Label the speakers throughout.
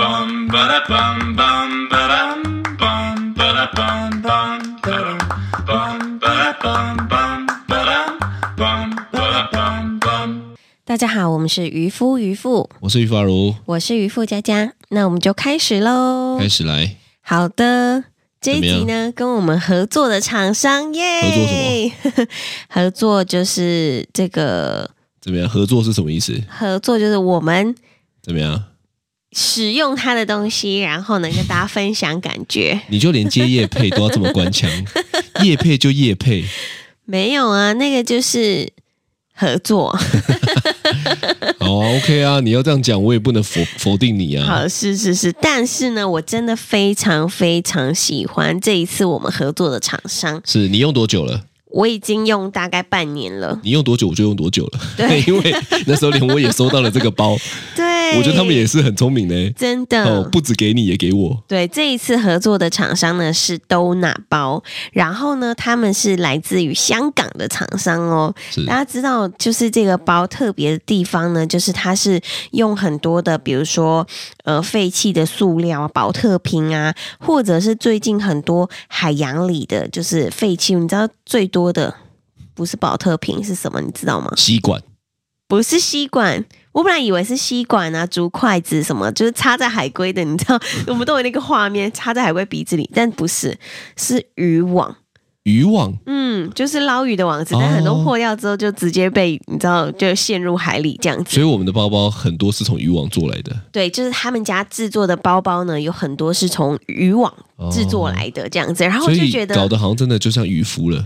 Speaker 1: bum ba da bum bum ba dum bum ba da bum bum ba dum bum ba da bum bum ba dum bum ba da bum bum.
Speaker 2: 大家好，我们是渔夫渔妇，
Speaker 3: 我是于发如，
Speaker 2: 我是渔夫佳佳，那我们就开始喽。
Speaker 3: 开始来
Speaker 2: 好的，这
Speaker 3: 怎么
Speaker 2: 一集
Speaker 3: 样
Speaker 2: 呢，跟我们合作的厂商耶，
Speaker 3: 合作什
Speaker 2: 么？ 合作就是这个
Speaker 3: 怎么样？合作是什么意思？
Speaker 2: 合作，就是我们
Speaker 3: 怎么样？
Speaker 2: 使用它的东西，然后呢跟大家分享感 觉。
Speaker 3: 你就连接叶配都要这么 官腔，叶配就叶配，
Speaker 2: 没有啊，那个就是合 作，
Speaker 3: 好啊，OK 啊，你要这样讲，我也不能否否定你啊。
Speaker 2: 好，是是是，但是呢，我真的非常非常喜欢这一次我们合作的厂商，
Speaker 3: 是你用多久了？
Speaker 2: 我已经用大概半年了。
Speaker 3: 你用多久我就用多久了。
Speaker 2: 对
Speaker 3: 因为那时候连我也收到了这个 包，
Speaker 2: 对，
Speaker 3: 我觉得他们也是很聪明的。
Speaker 2: 真的、
Speaker 3: 哦，不止给你，也给我。
Speaker 2: 对，这一次合作的厂商呢是 Dona 包，然后呢，他们是来自于香港的厂商哦。
Speaker 3: 是
Speaker 2: 大家知道，就是这个包特别的地方呢，就是它是用很多的，比如说呃废弃的塑料啊、保特瓶啊，或者是最近很多海洋里的就是废弃物，你知道最多的不是保特瓶是什么？你知道吗？
Speaker 3: 吸管，
Speaker 2: 不是吸管，我本来以为是吸管啊、竹筷子什么，就是插在海龟的，你知道，我们都有那个画面插在海龟鼻子里，但不是，是渔网，
Speaker 3: 渔网，
Speaker 2: 嗯，就是捞鱼的网子，
Speaker 3: 哦
Speaker 2: 但很多破掉之后就直接被你知道就陷入海里这样子。
Speaker 3: 所以我们的包包很多是从渔网做来的。
Speaker 2: 对，就是他们家制作的包包呢，有很多是从渔网
Speaker 3: 哦
Speaker 2: 制作来的这样子，然后
Speaker 3: 所
Speaker 2: 哦就
Speaker 3: 以
Speaker 2: 觉得
Speaker 3: 搞得好像真的就像渔夫 了。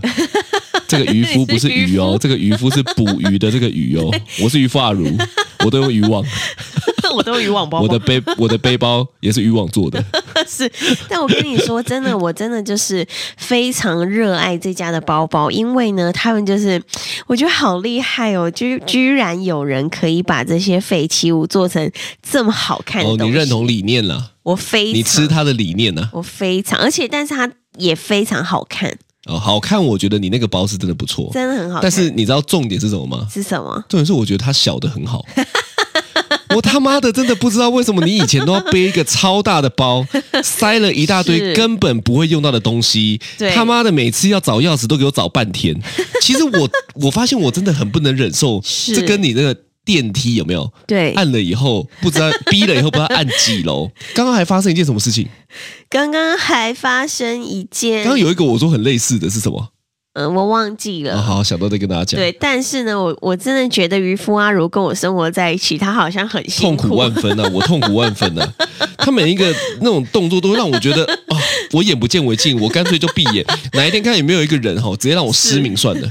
Speaker 3: 这个渔夫不是鱼
Speaker 2: 你是渔夫
Speaker 3: 哦，这个渔夫是捕鱼的这个鱼 哦。我是渔夫阿如，我都用渔网，
Speaker 2: 我都有渔网包
Speaker 3: 我
Speaker 2: 包
Speaker 3: 的背我的背包也是渔网做的。
Speaker 2: 是，但我跟你说，真的，我真的就是非常热爱这家的包包，因为呢，他们就是我觉得好厉害哦，居居然有人可以把这些废弃物做成这么好看的
Speaker 3: 哦，
Speaker 2: 东西。
Speaker 3: 你认？同理念啦，
Speaker 2: 我非常，
Speaker 3: 你吃，他的理念呐、
Speaker 2: 我非常，而且但是它也非常好看，
Speaker 3: 哦，好看，我觉得你那个包是真的不错。
Speaker 2: 真的很好看。
Speaker 3: 但是你知道重点是什么吗？
Speaker 2: 是什么？
Speaker 3: 重点是我觉得它小的很好。 我他妈的真的不知道为什么你以前都要背一个超大的包，塞了一大
Speaker 2: 是
Speaker 3: 堆根本不会用到的东西
Speaker 2: 对。
Speaker 3: 他妈的每次要找钥匙都给我找半天。其实我 我发现我真的很不能忍受，
Speaker 2: 是
Speaker 3: 这跟你那个电梯有没有
Speaker 2: 对，
Speaker 3: 按了以后不知道 逼了以后不知道按几楼。刚刚还发生一件什么事情？
Speaker 2: 刚刚还发生一件，
Speaker 3: 刚刚有一个我说很类似的是什么？
Speaker 2: 嗯、我忘记了。
Speaker 3: 哦，好想到再跟大家讲。
Speaker 2: 对，但是呢，我我真的觉得渔夫阿如跟我生活在一起，他好像很辛
Speaker 3: 痛
Speaker 2: 苦，
Speaker 3: 苦万分啊！我痛苦万分啊！他每一个那种动作都会让我觉 得啊、我眼不见为净，我干脆就闭眼。哪一天看有没有一个人哈、直接让我失明算了，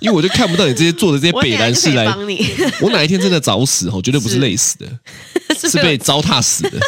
Speaker 3: 因为我就看不到你这些做的这些
Speaker 2: 我
Speaker 3: 北
Speaker 2: 等下
Speaker 3: 兰
Speaker 2: 就可
Speaker 3: 事
Speaker 2: 以
Speaker 3: 来。
Speaker 2: 帮你。
Speaker 3: 我哪一天真的早死哈、绝对不是
Speaker 2: 是
Speaker 3: 累死的，是
Speaker 2: 被
Speaker 3: 被糟蹋死 的，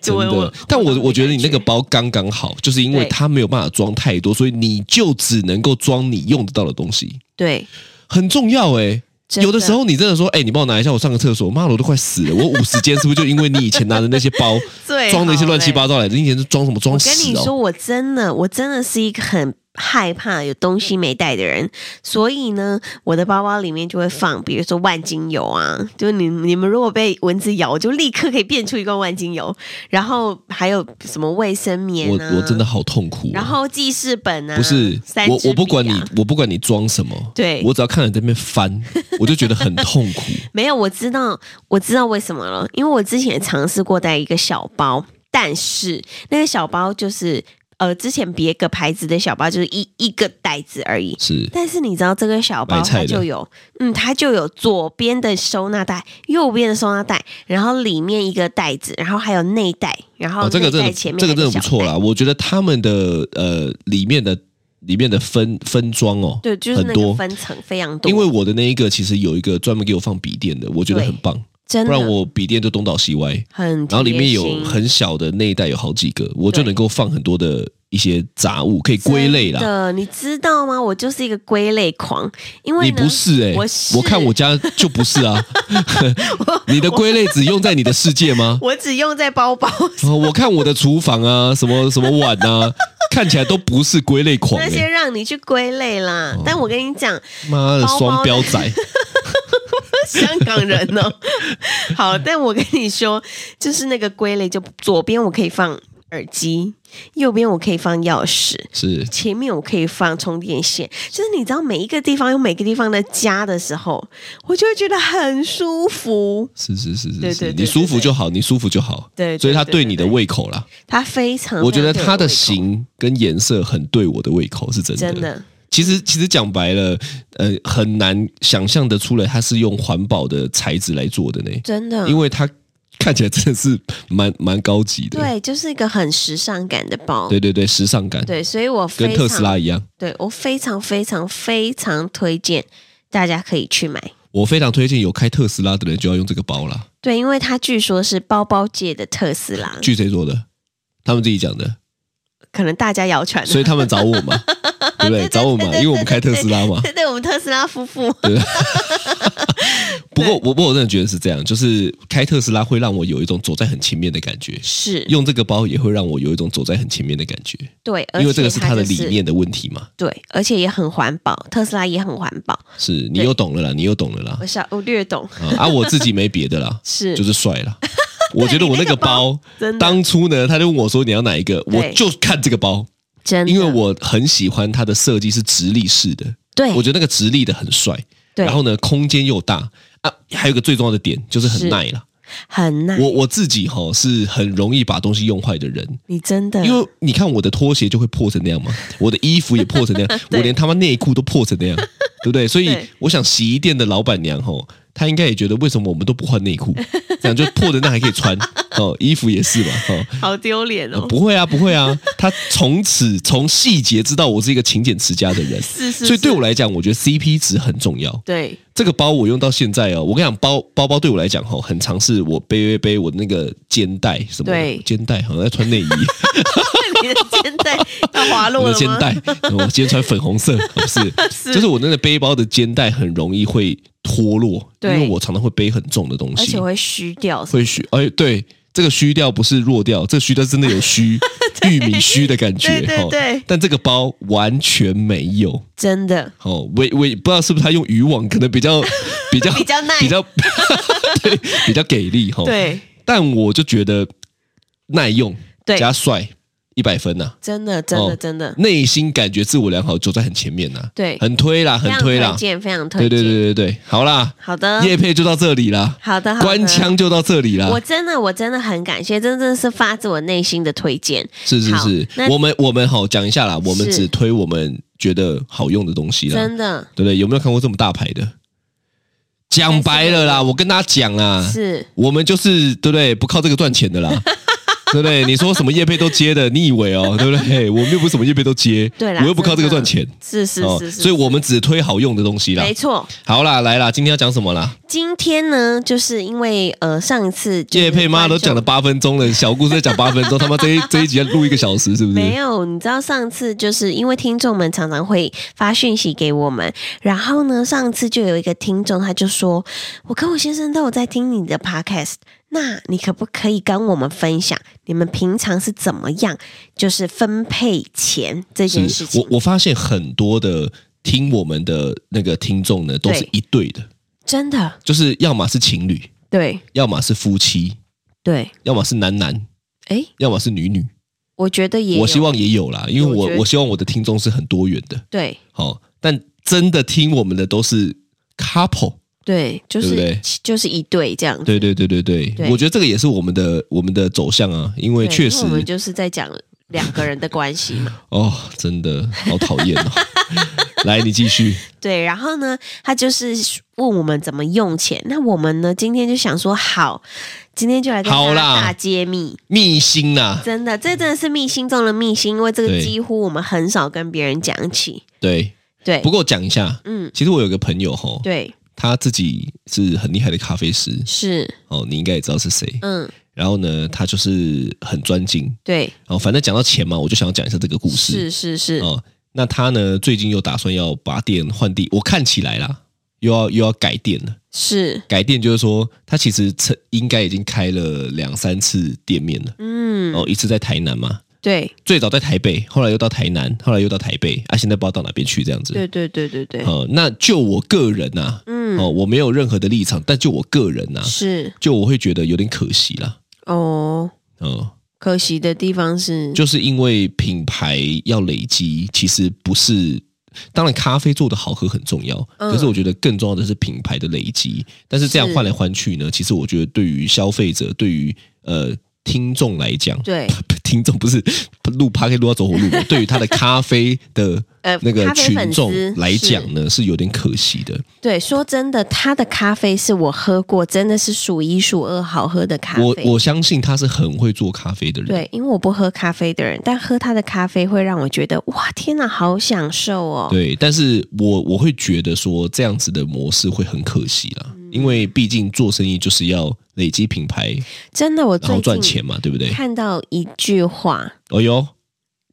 Speaker 3: 真
Speaker 2: 我我
Speaker 3: 的。但我
Speaker 2: 懂
Speaker 3: 我觉得你那
Speaker 2: 感
Speaker 3: 个包刚刚好，就是因为
Speaker 2: 对
Speaker 3: 它没有办法装太多，所以你就只能够装你用得到的东西，
Speaker 2: 对，
Speaker 3: 很重要欸诶、
Speaker 2: 真
Speaker 3: 有的时候你真的说，哎、你帮我拿一下，我上个厕所。妈的，我都快死了。我五十间是不是就因为你以前拿的那些包
Speaker 2: 最
Speaker 3: 装的一些乱七
Speaker 2: 好嘞。
Speaker 3: 八糟来的？你以前是装什么装
Speaker 2: 我跟
Speaker 3: 屎
Speaker 2: 你说，
Speaker 3: 哦？
Speaker 2: 我真的，我真的是一个很害怕有东西没带的人，所以呢，我的包包里面就会放，比如说万金油啊，就是你你们如果被蚊子咬，我就立刻可以变出一罐万金油，然后还有什么卫生棉
Speaker 3: 我
Speaker 2: 啊，
Speaker 3: 我真的，好痛苦、哦
Speaker 2: 然。后记事本啊，
Speaker 3: 不是
Speaker 2: 三
Speaker 3: 我，
Speaker 2: 支
Speaker 3: 我不管
Speaker 2: 笔
Speaker 3: 你
Speaker 2: 啊，
Speaker 3: 我不管你装什么，
Speaker 2: 对
Speaker 3: 我只要看你在那边 翻，我就觉得很痛苦。
Speaker 2: 没有，我知道，我知道为什么了，因为我之前也尝试过带一个小包，但是那个小包就是呃，之前别个牌子的小包就是一一个袋子而已。
Speaker 3: 是
Speaker 2: 但是你知道这个小包
Speaker 3: 买菜
Speaker 2: 它
Speaker 3: 的
Speaker 2: 就有，嗯，它就有左边的收纳袋、右边的收纳袋，然后里面一个袋子，然后还有内袋，然后
Speaker 3: 哦，这个
Speaker 2: 内
Speaker 3: 真
Speaker 2: 袋
Speaker 3: 的
Speaker 2: 前面
Speaker 3: 这个真的
Speaker 2: 还有小
Speaker 3: 不错
Speaker 2: 袋
Speaker 3: 啦。。我觉得他们的呃里面的里面的分分装哦，
Speaker 2: 对，就是
Speaker 3: 很
Speaker 2: 那个
Speaker 3: 多
Speaker 2: 分层非常多，
Speaker 3: 因为我的那一个其实有一个专门给我放笔电的，我觉得
Speaker 2: 对
Speaker 3: 很棒，
Speaker 2: 真
Speaker 3: 不
Speaker 2: 的
Speaker 3: 然我笔电就东倒西歪。
Speaker 2: 很
Speaker 3: 然后里面有
Speaker 2: 贴心
Speaker 3: 很小的那一袋有好几个，我就
Speaker 2: 对
Speaker 3: 能够放很多的一些杂物，可以归类
Speaker 2: 真
Speaker 3: 啦。
Speaker 2: 的，你知道吗？我就是一个归类狂，因为
Speaker 3: 你
Speaker 2: 呢
Speaker 3: 不是哎、
Speaker 2: 我是
Speaker 3: 我看我家就不是 啊。 你的归类只用在你的世界吗？
Speaker 2: 我只用在包 包
Speaker 3: 哦，我看我的厨房啊，什么什么碗啊，看起来都不是归类狂
Speaker 2: 那
Speaker 3: 哎、
Speaker 2: 些
Speaker 3: 哦
Speaker 2: 让你去归类啦。但我跟你讲，
Speaker 3: 妈的，
Speaker 2: 包包
Speaker 3: 双标仔，
Speaker 2: 香港人哦。 好，但我跟你说，就是那个归类，就左边我可以放耳机，右边我可以放钥匙，
Speaker 3: 是
Speaker 2: 前面我可以放充电线，就是你知道每一个地方有每个地方的家的时候，我就会觉得很舒服。
Speaker 3: 是是是
Speaker 2: 对
Speaker 3: 是
Speaker 2: 对
Speaker 3: 是，
Speaker 2: 对
Speaker 3: 你舒服就好，你舒服就好。
Speaker 2: 对对
Speaker 3: 所以他
Speaker 2: 对
Speaker 3: 对
Speaker 2: 对
Speaker 3: 你的
Speaker 2: 对
Speaker 3: 胃口啦，
Speaker 2: 它非常，
Speaker 3: 我觉得
Speaker 2: 非常
Speaker 3: 它的
Speaker 2: 对我胃口，
Speaker 3: 型跟颜色很对我的胃口，是真的。
Speaker 2: 真的
Speaker 3: 其实其实讲白了，呃，很难想象得出来它是用环保的材质来做的呢，
Speaker 2: 真的，
Speaker 3: 因
Speaker 2: 为
Speaker 3: 为它看起来真的是蛮蛮高级的。
Speaker 2: 对，就是一个很时尚感的包。
Speaker 3: 对对对时尚感
Speaker 2: 对，所以我
Speaker 3: 跟
Speaker 2: 非
Speaker 3: 特斯拉
Speaker 2: 常
Speaker 3: 一样，
Speaker 2: 对我非常非常非常推荐大家可以去买。
Speaker 3: 我非常推荐有开特斯拉的人就要用这个包啦。
Speaker 2: 对，因为它据说是包包界的特斯拉，
Speaker 3: 据谁说的？他们自己讲的，
Speaker 2: 可能大家谣传。啊
Speaker 3: 所以他们找我嘛，对不对？找我嘛，因为我们开特斯拉嘛。
Speaker 2: 对对，我们特斯拉夫妇，
Speaker 3: 不过我不过我真的觉得是这样，就是开特斯拉会让我有一种走在很前面的感觉，
Speaker 2: 是
Speaker 3: 用这个包也会让我有一种走在很前面的感觉，
Speaker 2: 对，而
Speaker 3: 因为这
Speaker 2: 且
Speaker 3: 个是它的
Speaker 2: 就
Speaker 3: 理念的问题嘛。
Speaker 2: 对，而且也很环保，特斯拉也很环保。
Speaker 3: 是你
Speaker 2: 对
Speaker 3: 又懂了啦，你又懂了啦
Speaker 2: 我。想我略懂，
Speaker 3: 啊啊，我自己没别的啦，
Speaker 2: 是
Speaker 3: 就是帅啦。我觉得我那个包
Speaker 2: 真的，
Speaker 3: 当初呢，他就问我说你要哪一个，
Speaker 2: 对
Speaker 3: 我就看这个包，
Speaker 2: 真的，
Speaker 3: 因为我很喜欢它的设计是直立式的，
Speaker 2: 对，
Speaker 3: 我觉得那个直立的很帅。
Speaker 2: 对
Speaker 3: 然后呢，空间又大啊，还有一个最重要的点就是很
Speaker 2: 是
Speaker 3: 耐啦。
Speaker 2: 很耐，
Speaker 3: 我我自己哈、是很容易把东西用坏的人，
Speaker 2: 你真的，
Speaker 3: 因为你看我的拖鞋就会破成那样嘛，我的衣服也破成那样，
Speaker 2: 对
Speaker 3: 我连他妈内裤都破成那样，对不对？所以
Speaker 2: 对
Speaker 3: 我想洗衣店的老板娘吼，她应该也觉得为什么我们都不换内裤，这样就破的那还可以 穿哦，衣服也是嘛哦。
Speaker 2: 好丢脸哦，
Speaker 3: 不会啊，不会啊！她从此从细节知道我是一个勤俭持家的人，
Speaker 2: 是是，
Speaker 3: 所以对
Speaker 2: 是
Speaker 3: 我来讲，我觉得 CP 值很重要。
Speaker 2: 对
Speaker 3: 这个包我用到现在哦，我跟你讲，包包包对我来讲吼、很常是我背背背我那个肩带什么
Speaker 2: 对
Speaker 3: 的，肩带好像在穿内衣，
Speaker 2: 你的肩 带要滑落
Speaker 3: 我
Speaker 2: 了
Speaker 3: 的肩
Speaker 2: 吗？
Speaker 3: 带， 我今天穿粉红色，不是，就是我那个背包的肩带很容易会脱落，因
Speaker 2: 对
Speaker 3: 为我常常会背很重的东
Speaker 2: 而
Speaker 3: 西
Speaker 2: 且，会虚掉，
Speaker 3: 会虚，哎，对，这个虚掉不是弱掉，这个虚掉真的有 虚，玉米须的感觉
Speaker 2: 对对
Speaker 3: 哦
Speaker 2: 对
Speaker 3: 但这个包完全没有。
Speaker 2: 真的
Speaker 3: 哦，我我不知道是不是他用渔网，可能比 较比较
Speaker 2: 比较耐
Speaker 3: 比较 对比较给力哈、哦。，
Speaker 2: 对
Speaker 3: 但我就觉得耐用
Speaker 2: 对，
Speaker 3: 加帅一百分呐、
Speaker 2: 真的真
Speaker 3: 哦
Speaker 2: 的真的，
Speaker 3: 内心感觉自我良好，走在很前面呐、
Speaker 2: 对
Speaker 3: 很推啦，
Speaker 2: 非
Speaker 3: 很
Speaker 2: 常
Speaker 3: 推啦
Speaker 2: 推，荐，非常推
Speaker 3: 对
Speaker 2: 荐，
Speaker 3: 对对对对，好啦，
Speaker 2: 好的，
Speaker 3: 叶配就到这里啦，
Speaker 2: 好的好的，
Speaker 3: 官腔啊就到这里啦
Speaker 2: 我。真的，我真的很感谢，真的是发自我内心的推荐。
Speaker 3: 是是
Speaker 2: 好
Speaker 3: 是，
Speaker 2: 那
Speaker 3: 我们我们好讲一下啦，我们
Speaker 2: 是
Speaker 3: 只推我们觉得好用的东西啦，
Speaker 2: 真的
Speaker 3: 对不对？有没有看过这么大牌的？讲白了啦，我跟大家讲啦，
Speaker 2: 是
Speaker 3: 我们就是对不对？不靠这个赚钱的 啦，对不对？你说什么业配都接的，你以为哦，对不对？我们又不是什么业配都接，
Speaker 2: 对啦
Speaker 3: 我又不靠这个赚钱
Speaker 2: 是是
Speaker 3: 哦，
Speaker 2: 是是，
Speaker 3: 所以我们只推好用的东西啦
Speaker 2: 没。错。
Speaker 3: 好啦，来啦，今天要讲什么啦？
Speaker 2: 今天呢，就是因为呃上一次就是
Speaker 3: 叶配妈都讲了
Speaker 2: 观众。
Speaker 3: 八分钟了，小故事讲八分钟，他妈这一这一集要录一个小时，是不是？
Speaker 2: 没有，你知道上次就是因为听众们常常会发讯息给我们，然后呢，上次就有一个听众他就说，我跟我先生都有在听你的 podcast，那你可不可以跟我们分享你们平常是怎么样就是分配钱这件事
Speaker 3: 是
Speaker 2: 情
Speaker 3: 我？我发现很多的听我们的那个听众呢，都是
Speaker 2: 对
Speaker 3: 一对的，
Speaker 2: 真的，
Speaker 3: 就是要么是情侣，
Speaker 2: 对
Speaker 3: 要么是夫妻，
Speaker 2: 对，
Speaker 3: 要么是男男，
Speaker 2: 哎，
Speaker 3: 要么是女女。
Speaker 2: 我觉得也有，
Speaker 3: 我希望也有啦，因为
Speaker 2: 我
Speaker 3: 我
Speaker 2: 觉得
Speaker 3: 我希望我的听众是很多元的，
Speaker 2: 对
Speaker 3: 好、但真的听我们的都是 couple，
Speaker 2: 对，就是
Speaker 3: 对不对
Speaker 2: 就是一对这样子。
Speaker 3: 对对对对对，
Speaker 2: 对
Speaker 3: 我觉得这个也是我们的我们的走向啊，因为
Speaker 2: 对，
Speaker 3: 确
Speaker 2: 因
Speaker 3: 实
Speaker 2: 我们就是在讲两个人的关系嘛。
Speaker 3: 哦，真的好讨厌哦。 来，你继续，
Speaker 2: 对，然后呢，他就是问我们怎么用钱。那我们呢，今天就想说，好，今天就来跟
Speaker 3: 好
Speaker 2: 大
Speaker 3: 啦
Speaker 2: 家大揭秘。
Speaker 3: 密心呐、
Speaker 2: 真的，这真的是密心中的密心，因为这个
Speaker 3: 对
Speaker 2: 几乎我们很少跟别人讲起。
Speaker 3: 对，
Speaker 2: 对
Speaker 3: 不，过讲一下，
Speaker 2: 嗯，
Speaker 3: 其实我有个朋友吼、
Speaker 2: 对，
Speaker 3: 他自己是很厉害的咖啡师
Speaker 2: 是，
Speaker 3: 哦，你应该也知道是谁。
Speaker 2: 嗯，
Speaker 3: 然后呢，他就是很专精，
Speaker 2: 对，
Speaker 3: 然、哦、后反正讲到钱嘛，我就想要讲一下这个故事。
Speaker 2: 是是是，
Speaker 3: 哦，那他呢最近又打算要把店换地，我看起来啦，又要又要改店了。
Speaker 2: 是，
Speaker 3: 改店就是说，他其实曾应该已经开了两三次店面了，哦
Speaker 2: 嗯，
Speaker 3: 哦，一次在台南嘛，
Speaker 2: 对
Speaker 3: 最早在台北，后来又到台南，后来又到台北，啊，现在不知道到哪边去这样子。
Speaker 2: 对对对对对，
Speaker 3: 呃，那就我个人呐、啊，嗯，哦，我没有任何的立场，但就我个人呐、啊，
Speaker 2: 是
Speaker 3: 就我会觉得有点可惜啦，
Speaker 2: 哦。
Speaker 3: 嗯、
Speaker 2: 可惜的地方是，
Speaker 3: 就是因为品牌要累积，其实不是。当然，咖啡做的好喝很重要，
Speaker 2: 嗯
Speaker 3: 可是我觉得更重要的是品牌的累积。但是这样
Speaker 2: 是
Speaker 3: 换来换去呢，其实我觉得对于消费者，对于呃听众来讲，
Speaker 2: 对
Speaker 3: 听众不是录趴可以录到走火入 魔，对于他的咖啡的
Speaker 2: 呃
Speaker 3: 那个
Speaker 2: 咖啡
Speaker 3: 群
Speaker 2: 粉
Speaker 3: 众
Speaker 2: 丝
Speaker 3: 来
Speaker 2: 是
Speaker 3: 讲呢，是有点可惜的。
Speaker 2: 对，说真的，它的咖啡是我喝过，真的是数一数二好喝的咖啡。
Speaker 3: 我我相信他是很会做咖啡的人，
Speaker 2: 对，因为我不喝咖啡的人，但喝他的咖啡会让我觉得哇，天哪，好享受哦。
Speaker 3: 对，但是我我会觉得说这样子的模式会很可惜啦，
Speaker 2: 嗯
Speaker 3: 因为毕竟做生意就是要累积品牌，
Speaker 2: 真的，我
Speaker 3: 然后
Speaker 2: 最
Speaker 3: 赚
Speaker 2: 近
Speaker 3: 钱嘛，对不对？
Speaker 2: 看到一句话，
Speaker 3: 哦呦，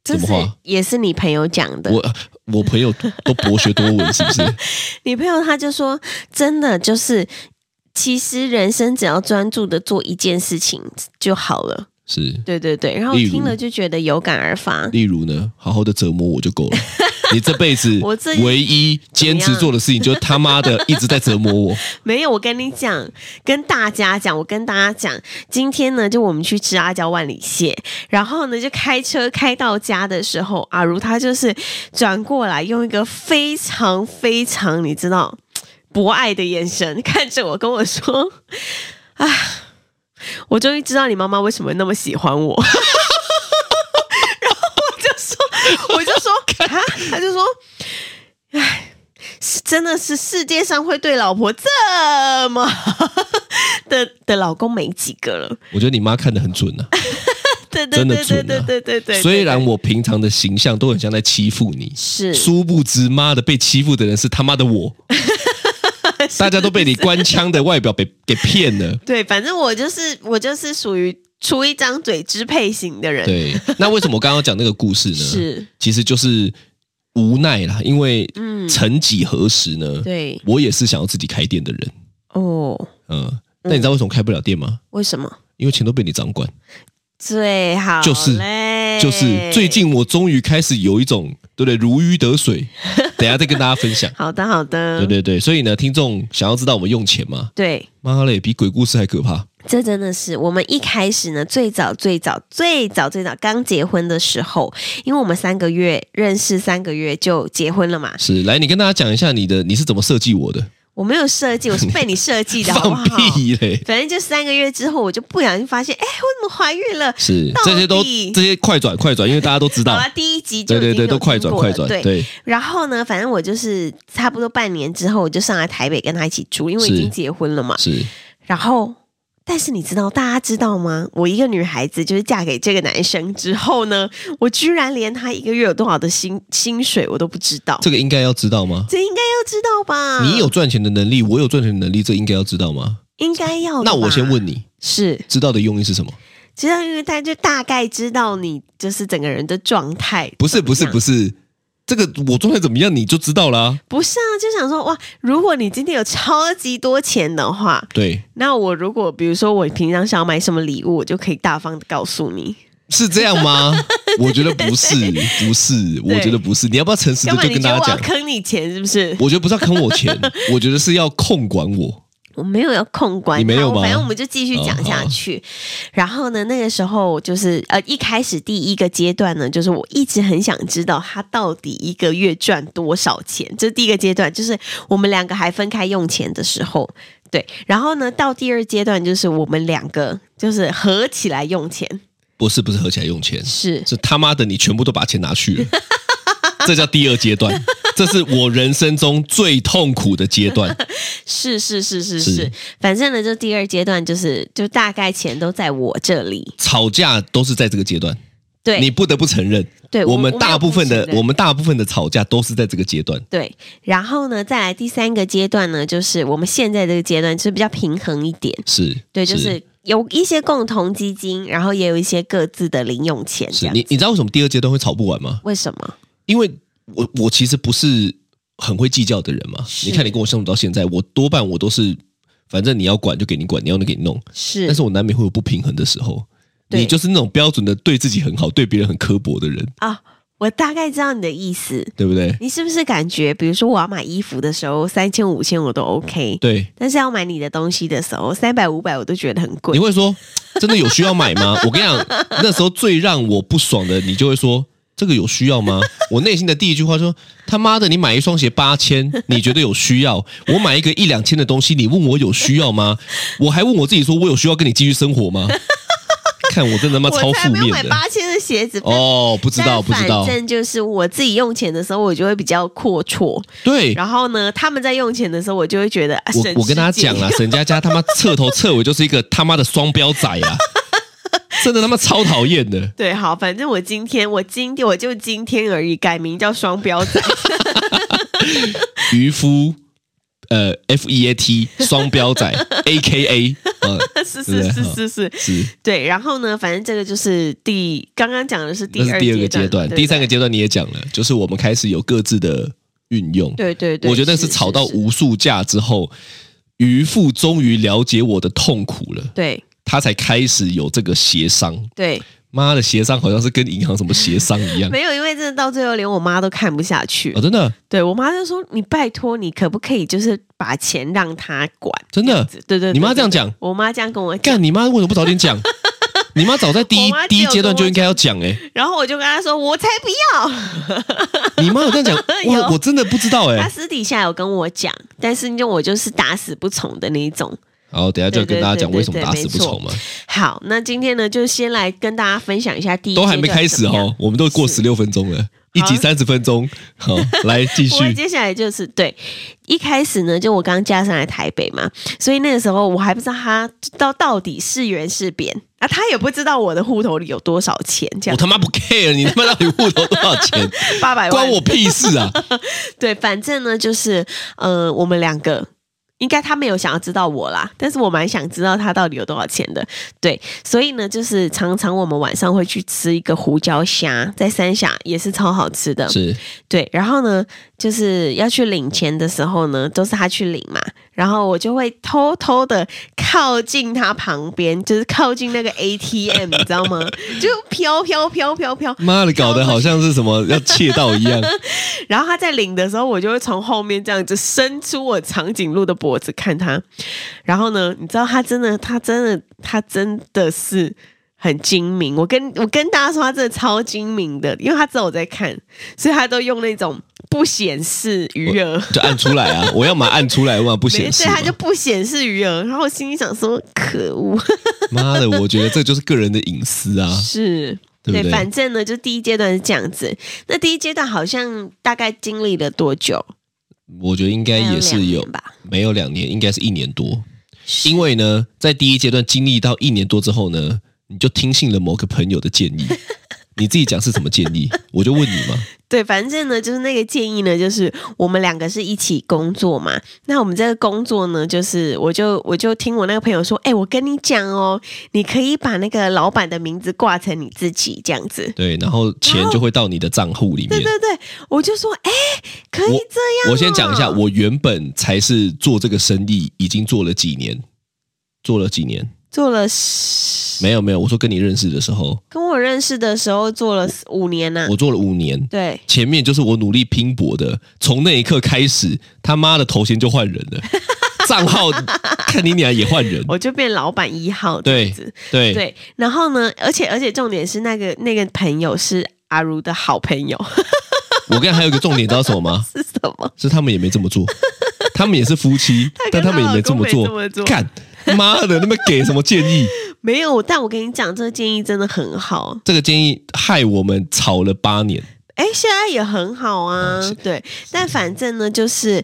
Speaker 2: 这
Speaker 3: 什么
Speaker 2: 是
Speaker 3: 话
Speaker 2: 也是你朋友讲的。
Speaker 3: 我我朋友都博学多闻，是不 是？
Speaker 2: 你朋友他就说，真的就是，其实人生只要专注的做一件事情就好了。
Speaker 3: 是，
Speaker 2: 对对对，然后
Speaker 3: 例如
Speaker 2: 听了就觉得有感而发。
Speaker 3: 例如呢，好好的折磨我就 够了。你这辈子
Speaker 2: 我这
Speaker 3: 唯一坚
Speaker 2: 怎么
Speaker 3: 持
Speaker 2: 样
Speaker 3: 做的事情，就是他妈的一直在折磨我。
Speaker 2: 没有，我跟你讲，跟大家讲，我跟大家讲，今天呢，就我们去吃阿胶万里蟹，然后呢，就开车开到家的时候，阿如她就是转过来，用一个非常非常，你知道，博爱的眼神看着我，跟我说：“ 啊，我终于知道你妈妈为什么那么喜欢我。” 然后我就说，我就说， 啊，他就说。是真的是世界上会对老婆这么 的的老公没几个了。
Speaker 3: 我觉得你妈看得很准啊。
Speaker 2: 对对
Speaker 3: 真的
Speaker 2: 对对
Speaker 3: 准
Speaker 2: 对
Speaker 3: 啊
Speaker 2: 对 对对。
Speaker 3: 虽然
Speaker 2: 对
Speaker 3: 我平常的形象都很像在欺负你，
Speaker 2: 是
Speaker 3: 殊不知妈的被欺负的人是他妈的 我。大家都被你官腔的外表给给骗 了。
Speaker 2: 对，反正我就是我就是属于出一张嘴支配型的人。
Speaker 3: 对，那为什么我刚刚讲那个故事呢？
Speaker 2: 是，
Speaker 3: 其实就是无奈啦，因为
Speaker 2: 嗯，
Speaker 3: 曾几何时呢，
Speaker 2: 对
Speaker 3: 我也是想要自己开店的人。
Speaker 2: 哦，
Speaker 3: 嗯，那你知道为什么开不了店吗？
Speaker 2: 为什么？
Speaker 3: 因为钱都被你掌管。
Speaker 2: 最好
Speaker 3: 就是
Speaker 2: 嘞
Speaker 3: 就是最近我终于开始有一种，对不对？如鱼得 水。等一下再跟大家分享。
Speaker 2: 好的好的，
Speaker 3: 对对对，所以呢，听众想要知道我们用钱吗？
Speaker 2: 对
Speaker 3: 妈嘞，比鬼故事还可怕。
Speaker 2: 这真的是我们一开始呢，最早最早最早最早刚结婚的时候，因为我们三个月认识，三个月就结婚了嘛。
Speaker 3: 是，来，你跟大家讲一下你的，你是怎么设计我的？
Speaker 2: 我没有设计，我是被你设 计的，好不
Speaker 3: 放
Speaker 2: 好？
Speaker 3: 屁嘞！
Speaker 2: 反正就三个月之后，我就不小心发现，哎，我怎么怀孕了？
Speaker 3: 是
Speaker 2: 到，底
Speaker 3: 这些都这些快转快转，因为大家都知
Speaker 2: 好
Speaker 3: 道。
Speaker 2: 啦，第一集就
Speaker 3: 对
Speaker 2: 已经
Speaker 3: 对对，
Speaker 2: 有
Speaker 3: 都快转
Speaker 2: 听过
Speaker 3: 快
Speaker 2: 了
Speaker 3: 转，
Speaker 2: 对。
Speaker 3: 对，
Speaker 2: 然后呢，反正我就是差不多半年之后，我就上来台北跟他一起住，因为
Speaker 3: 是
Speaker 2: 已经结婚了嘛。
Speaker 3: 是
Speaker 2: 然后，但是你知道，大家知道吗？我一个女孩子，就是嫁给这个男生之后呢，我居然连他一个月有多少的薪薪水我都不知道。
Speaker 3: 这个应该要知道吗？
Speaker 2: 这应该要知道吧？
Speaker 3: 你有赚钱的能力，我有赚钱的能力，这应该要知道吗？
Speaker 2: 应该要哦的吧。
Speaker 3: 那我先问你，
Speaker 2: 是，
Speaker 3: 知道的用意是什么？
Speaker 2: 知道，因为他就大概知道你就是整个人的状态。
Speaker 3: 不是不是不
Speaker 2: 是，
Speaker 3: 是，这个我状态怎么样你就知道啦、
Speaker 2: 不是啊，就想说哇，如果你今天有超级多钱的话，
Speaker 3: 对，
Speaker 2: 那我如果比如说我平常想要买什么礼物，我就可以大方的告诉你。
Speaker 3: 是这样 吗？我觉得不是，不是，我觉得不是。你要不要诚实
Speaker 2: 要
Speaker 3: 的
Speaker 2: 不
Speaker 3: 就
Speaker 2: 然你
Speaker 3: 跟
Speaker 2: 觉
Speaker 3: 大
Speaker 2: 得
Speaker 3: 家
Speaker 2: 我要
Speaker 3: 讲？
Speaker 2: 坑你钱是不是？
Speaker 3: 我觉得不是要坑我钱，我觉得是要控管我。
Speaker 2: 我没有要控管他，
Speaker 3: 你没有
Speaker 2: 我
Speaker 3: 吗哦
Speaker 2: 反正我们就继续讲下去。然后呢，那个时候就是呃，一开始第一个阶段呢，就是我一直很想知道他到底一个月赚多少钱，这是第一个阶段，就是我们两个还分开用钱的时候。对，然后呢，到第二阶段就是我们两个就是合起来用钱，
Speaker 3: 不是不是合起来用钱，
Speaker 2: 是
Speaker 3: 是他妈的你全部都把钱拿去了， 这叫第二阶段，这是我人生中最痛苦的阶段。
Speaker 2: 是是是是
Speaker 3: 是
Speaker 2: 是，反正呢，就第二阶段就是就大概钱都在我这里，
Speaker 3: 吵架都是在这个阶段，
Speaker 2: 对，
Speaker 3: 你不得不承认。
Speaker 2: 对
Speaker 3: 我
Speaker 2: 我
Speaker 3: 们
Speaker 2: 我没有
Speaker 3: 大部分
Speaker 2: 不承
Speaker 3: 的
Speaker 2: 认
Speaker 3: 我们大部分的吵架都是在这个阶段。
Speaker 2: 对，然后呢，再来第三个阶段呢，就是我们现在这个阶段就是比较平衡一点，
Speaker 3: 是，
Speaker 2: 对，就是有一些共同基金，然后也有一些各自的零用钱这
Speaker 3: 是
Speaker 2: 样
Speaker 3: 你你知道为什么第二阶段会吵不完吗？
Speaker 2: 为什么？
Speaker 3: 因为我我其实不是很会计较的人嘛。
Speaker 2: 是
Speaker 3: 你看你跟我相处到现在，我多半我都是，反正你要管就给你管，你要弄给你弄。
Speaker 2: 是，
Speaker 3: 但是我难免会有不平衡的时候。
Speaker 2: 对
Speaker 3: 你就是那种标准的对自己很好、对别人很刻薄的人，
Speaker 2: 啊、我大概知道你的意思。
Speaker 3: 对不对？
Speaker 2: 你是不是感觉，比如说我要买衣服的时候，三千五千我都 OK，
Speaker 3: 对，
Speaker 2: 但是要买你的东西的时候，三百五百我都觉得很贵
Speaker 3: 你。会说真的有需要买 吗？我跟你讲，那时候最让我不爽的，你就会说这个有需要吗？ 我内心的第一句话说他妈的，你买一双鞋八千，你觉得有需要？我买一个一两千的东西，你问我有需要吗？我还问我自己说，我有需要跟你继续生活吗？看我真的他妈超
Speaker 2: 我才
Speaker 3: 负
Speaker 2: 没有
Speaker 3: 面
Speaker 2: 买
Speaker 3: 的
Speaker 2: 八千的鞋子。
Speaker 3: 哦，不知
Speaker 2: 但
Speaker 3: 道不知道
Speaker 2: 反，正就是我自己用钱的时候，我就会比较阔绰。
Speaker 3: 对。
Speaker 2: 然后呢，他们在用钱的时候，我就会觉得、啊、
Speaker 3: 我
Speaker 2: 省
Speaker 3: 我跟大家
Speaker 2: 吃俭
Speaker 3: 讲啦，沈佳佳他妈彻头彻尾就是一个他妈的双标仔啊，真的他妈超讨厌的。
Speaker 2: 对，好，反正我今天，我今天我就今天而已，改名叫双标 仔。
Speaker 3: 渔夫，呃，F E A T 双标仔 A K A，嗯，
Speaker 2: 是是是是是，
Speaker 3: 是，
Speaker 2: 对。然后呢，反正这个就是第刚刚讲的是第
Speaker 3: 那是
Speaker 2: 二
Speaker 3: 第二个
Speaker 2: 阶
Speaker 3: 阶段，第三个阶段你也讲了，就是我们开始有各自的运用。
Speaker 2: 对对对，
Speaker 3: 我觉得是吵到无数架之后，渔夫终于了解我的痛苦了，
Speaker 2: 对
Speaker 3: 他才开始有这个协商。
Speaker 2: 对，
Speaker 3: 妈的，协商好像是跟银行什么协商一样啊
Speaker 2: 没有，因为真的到最后连我妈都看不下去，！
Speaker 3: 哦真的，
Speaker 2: 对我妈就说：“你拜托，你可不可以就是把钱让她管？”
Speaker 3: 真的
Speaker 2: 这样子对对对，
Speaker 3: 你妈这样
Speaker 2: 对对
Speaker 3: 讲
Speaker 2: 我妈这样跟我讲，
Speaker 3: 干你妈为什么不早点 讲？你妈早在第
Speaker 2: 我
Speaker 3: 一
Speaker 2: 妈
Speaker 3: 第
Speaker 2: 只
Speaker 3: 一
Speaker 2: 有
Speaker 3: 阶段
Speaker 2: 跟我
Speaker 3: 就应该要讲哎、
Speaker 2: 然后我就跟她说：“我才不要。
Speaker 3: 你妈有这样讲，
Speaker 2: 有
Speaker 3: 我我真的不知道哎、”
Speaker 2: 她私底下有跟我讲，但是就我就是打死不从的那一种。
Speaker 3: 好，等一下就跟大家讲
Speaker 2: 对对对
Speaker 3: 为什么打死不从嘛，
Speaker 2: 好，那今天呢，就先来跟大家分享一下第一，
Speaker 3: 都还没开始哦。，我们都过十六分钟了，一集三十分钟，好，来继
Speaker 2: 我
Speaker 3: 续。
Speaker 2: 接下来就是对，一开始呢，就我刚加上来台北嘛，所以那个时候我还不知道他到到底是圆是扁啊，他也不知道我的户头里有多少钱，这
Speaker 3: 我
Speaker 2: 样
Speaker 3: 他妈不 care 你他妈到底户头多少钱，
Speaker 2: 八百万
Speaker 3: 关我屁事 啊！
Speaker 2: 对，反正呢就是呃，我们两个。应该他没有想要知道我啦，但是我蛮想知道他到底有多少钱的。对，所以呢，就是常常我们晚上会去吃一个胡椒虾，在三峡也是超好吃的。
Speaker 3: 是
Speaker 2: 对，然后呢，就是要去领钱的时候呢，都是他去领嘛，然后我就会偷偷的靠近他旁边，就是靠近那个 ATM，你知道吗？ 就飘飘飘飘飘，
Speaker 3: 妈的，搞得好像是什么要窃盗一样。
Speaker 2: 然后他在领的时候，我就会从后面这样子伸出我长颈鹿的脖子看他，然后呢，你知道他真的，他真的，他真的是。很精明，我跟我跟大家说，他真的超精明的，因为他知道我在看，所以他都用那种不显示余额。
Speaker 3: 就按出来啊！我要嘛按出来，我嘛不
Speaker 2: 没
Speaker 3: 显示
Speaker 2: 对，
Speaker 3: 嘛。
Speaker 2: 他就不显示余额。然后我心里想说，可恶，
Speaker 3: 啊妈的，我觉得这就是个人的隐私 啊，
Speaker 2: 是。
Speaker 3: 对不
Speaker 2: 反正呢，就第一阶段是这样子。那第一阶段好像大概经历了多久？
Speaker 3: 我觉得应该也是有
Speaker 2: 大概两年吧，
Speaker 3: 没有两年，应该是一年多。因为呢，在第一阶段经历到一年多之后呢，你就听信了某个朋友的建 议。你自己讲是什么建议？ 我就问你嘛。
Speaker 2: 对，反正呢，就是那个建议呢，就是我们两个是一起工作嘛。那我们这个工作呢，就是我就我就听我那个朋友说，哎、我跟你讲哦，你可以把那个老板的名字挂成你自己这样子。
Speaker 3: 对，然后钱就会到你的账户里面
Speaker 2: 对。对对，我就说，哎、可以这样、哦
Speaker 3: 我先讲一下，，我原本才是做这个生意，已经做了几年，做了几年？
Speaker 2: 做了十
Speaker 3: 没有没有，我说跟你认识的时候，
Speaker 2: 跟我认识的时候做了五年呐、
Speaker 3: 我做了五年。
Speaker 2: 对，
Speaker 3: 前面就是我努力拼搏的，从那一刻开始，他妈的头衔就换人了， 账号看你俩也换人。
Speaker 2: 我就变老板一号这
Speaker 3: 对
Speaker 2: 样子。
Speaker 3: 对，
Speaker 2: 对，然后呢，而且而且重点是那个那个朋友是阿如的好朋友
Speaker 3: 我跟你讲还有一个重点，知道什么吗？
Speaker 2: 是什么？
Speaker 3: 是他们也没这么做，他们也是夫妻，但
Speaker 2: 跟她
Speaker 3: 他们也没这么
Speaker 2: 老公没这么做
Speaker 3: 做。干妈的，那么给什么建 议？
Speaker 2: 没有，但我跟你讲，这个建议真的很好，
Speaker 3: 这个建议害我们吵了八年。
Speaker 2: 哎，现在也很好啊。
Speaker 3: 嗯是
Speaker 2: 对，但反正呢，就是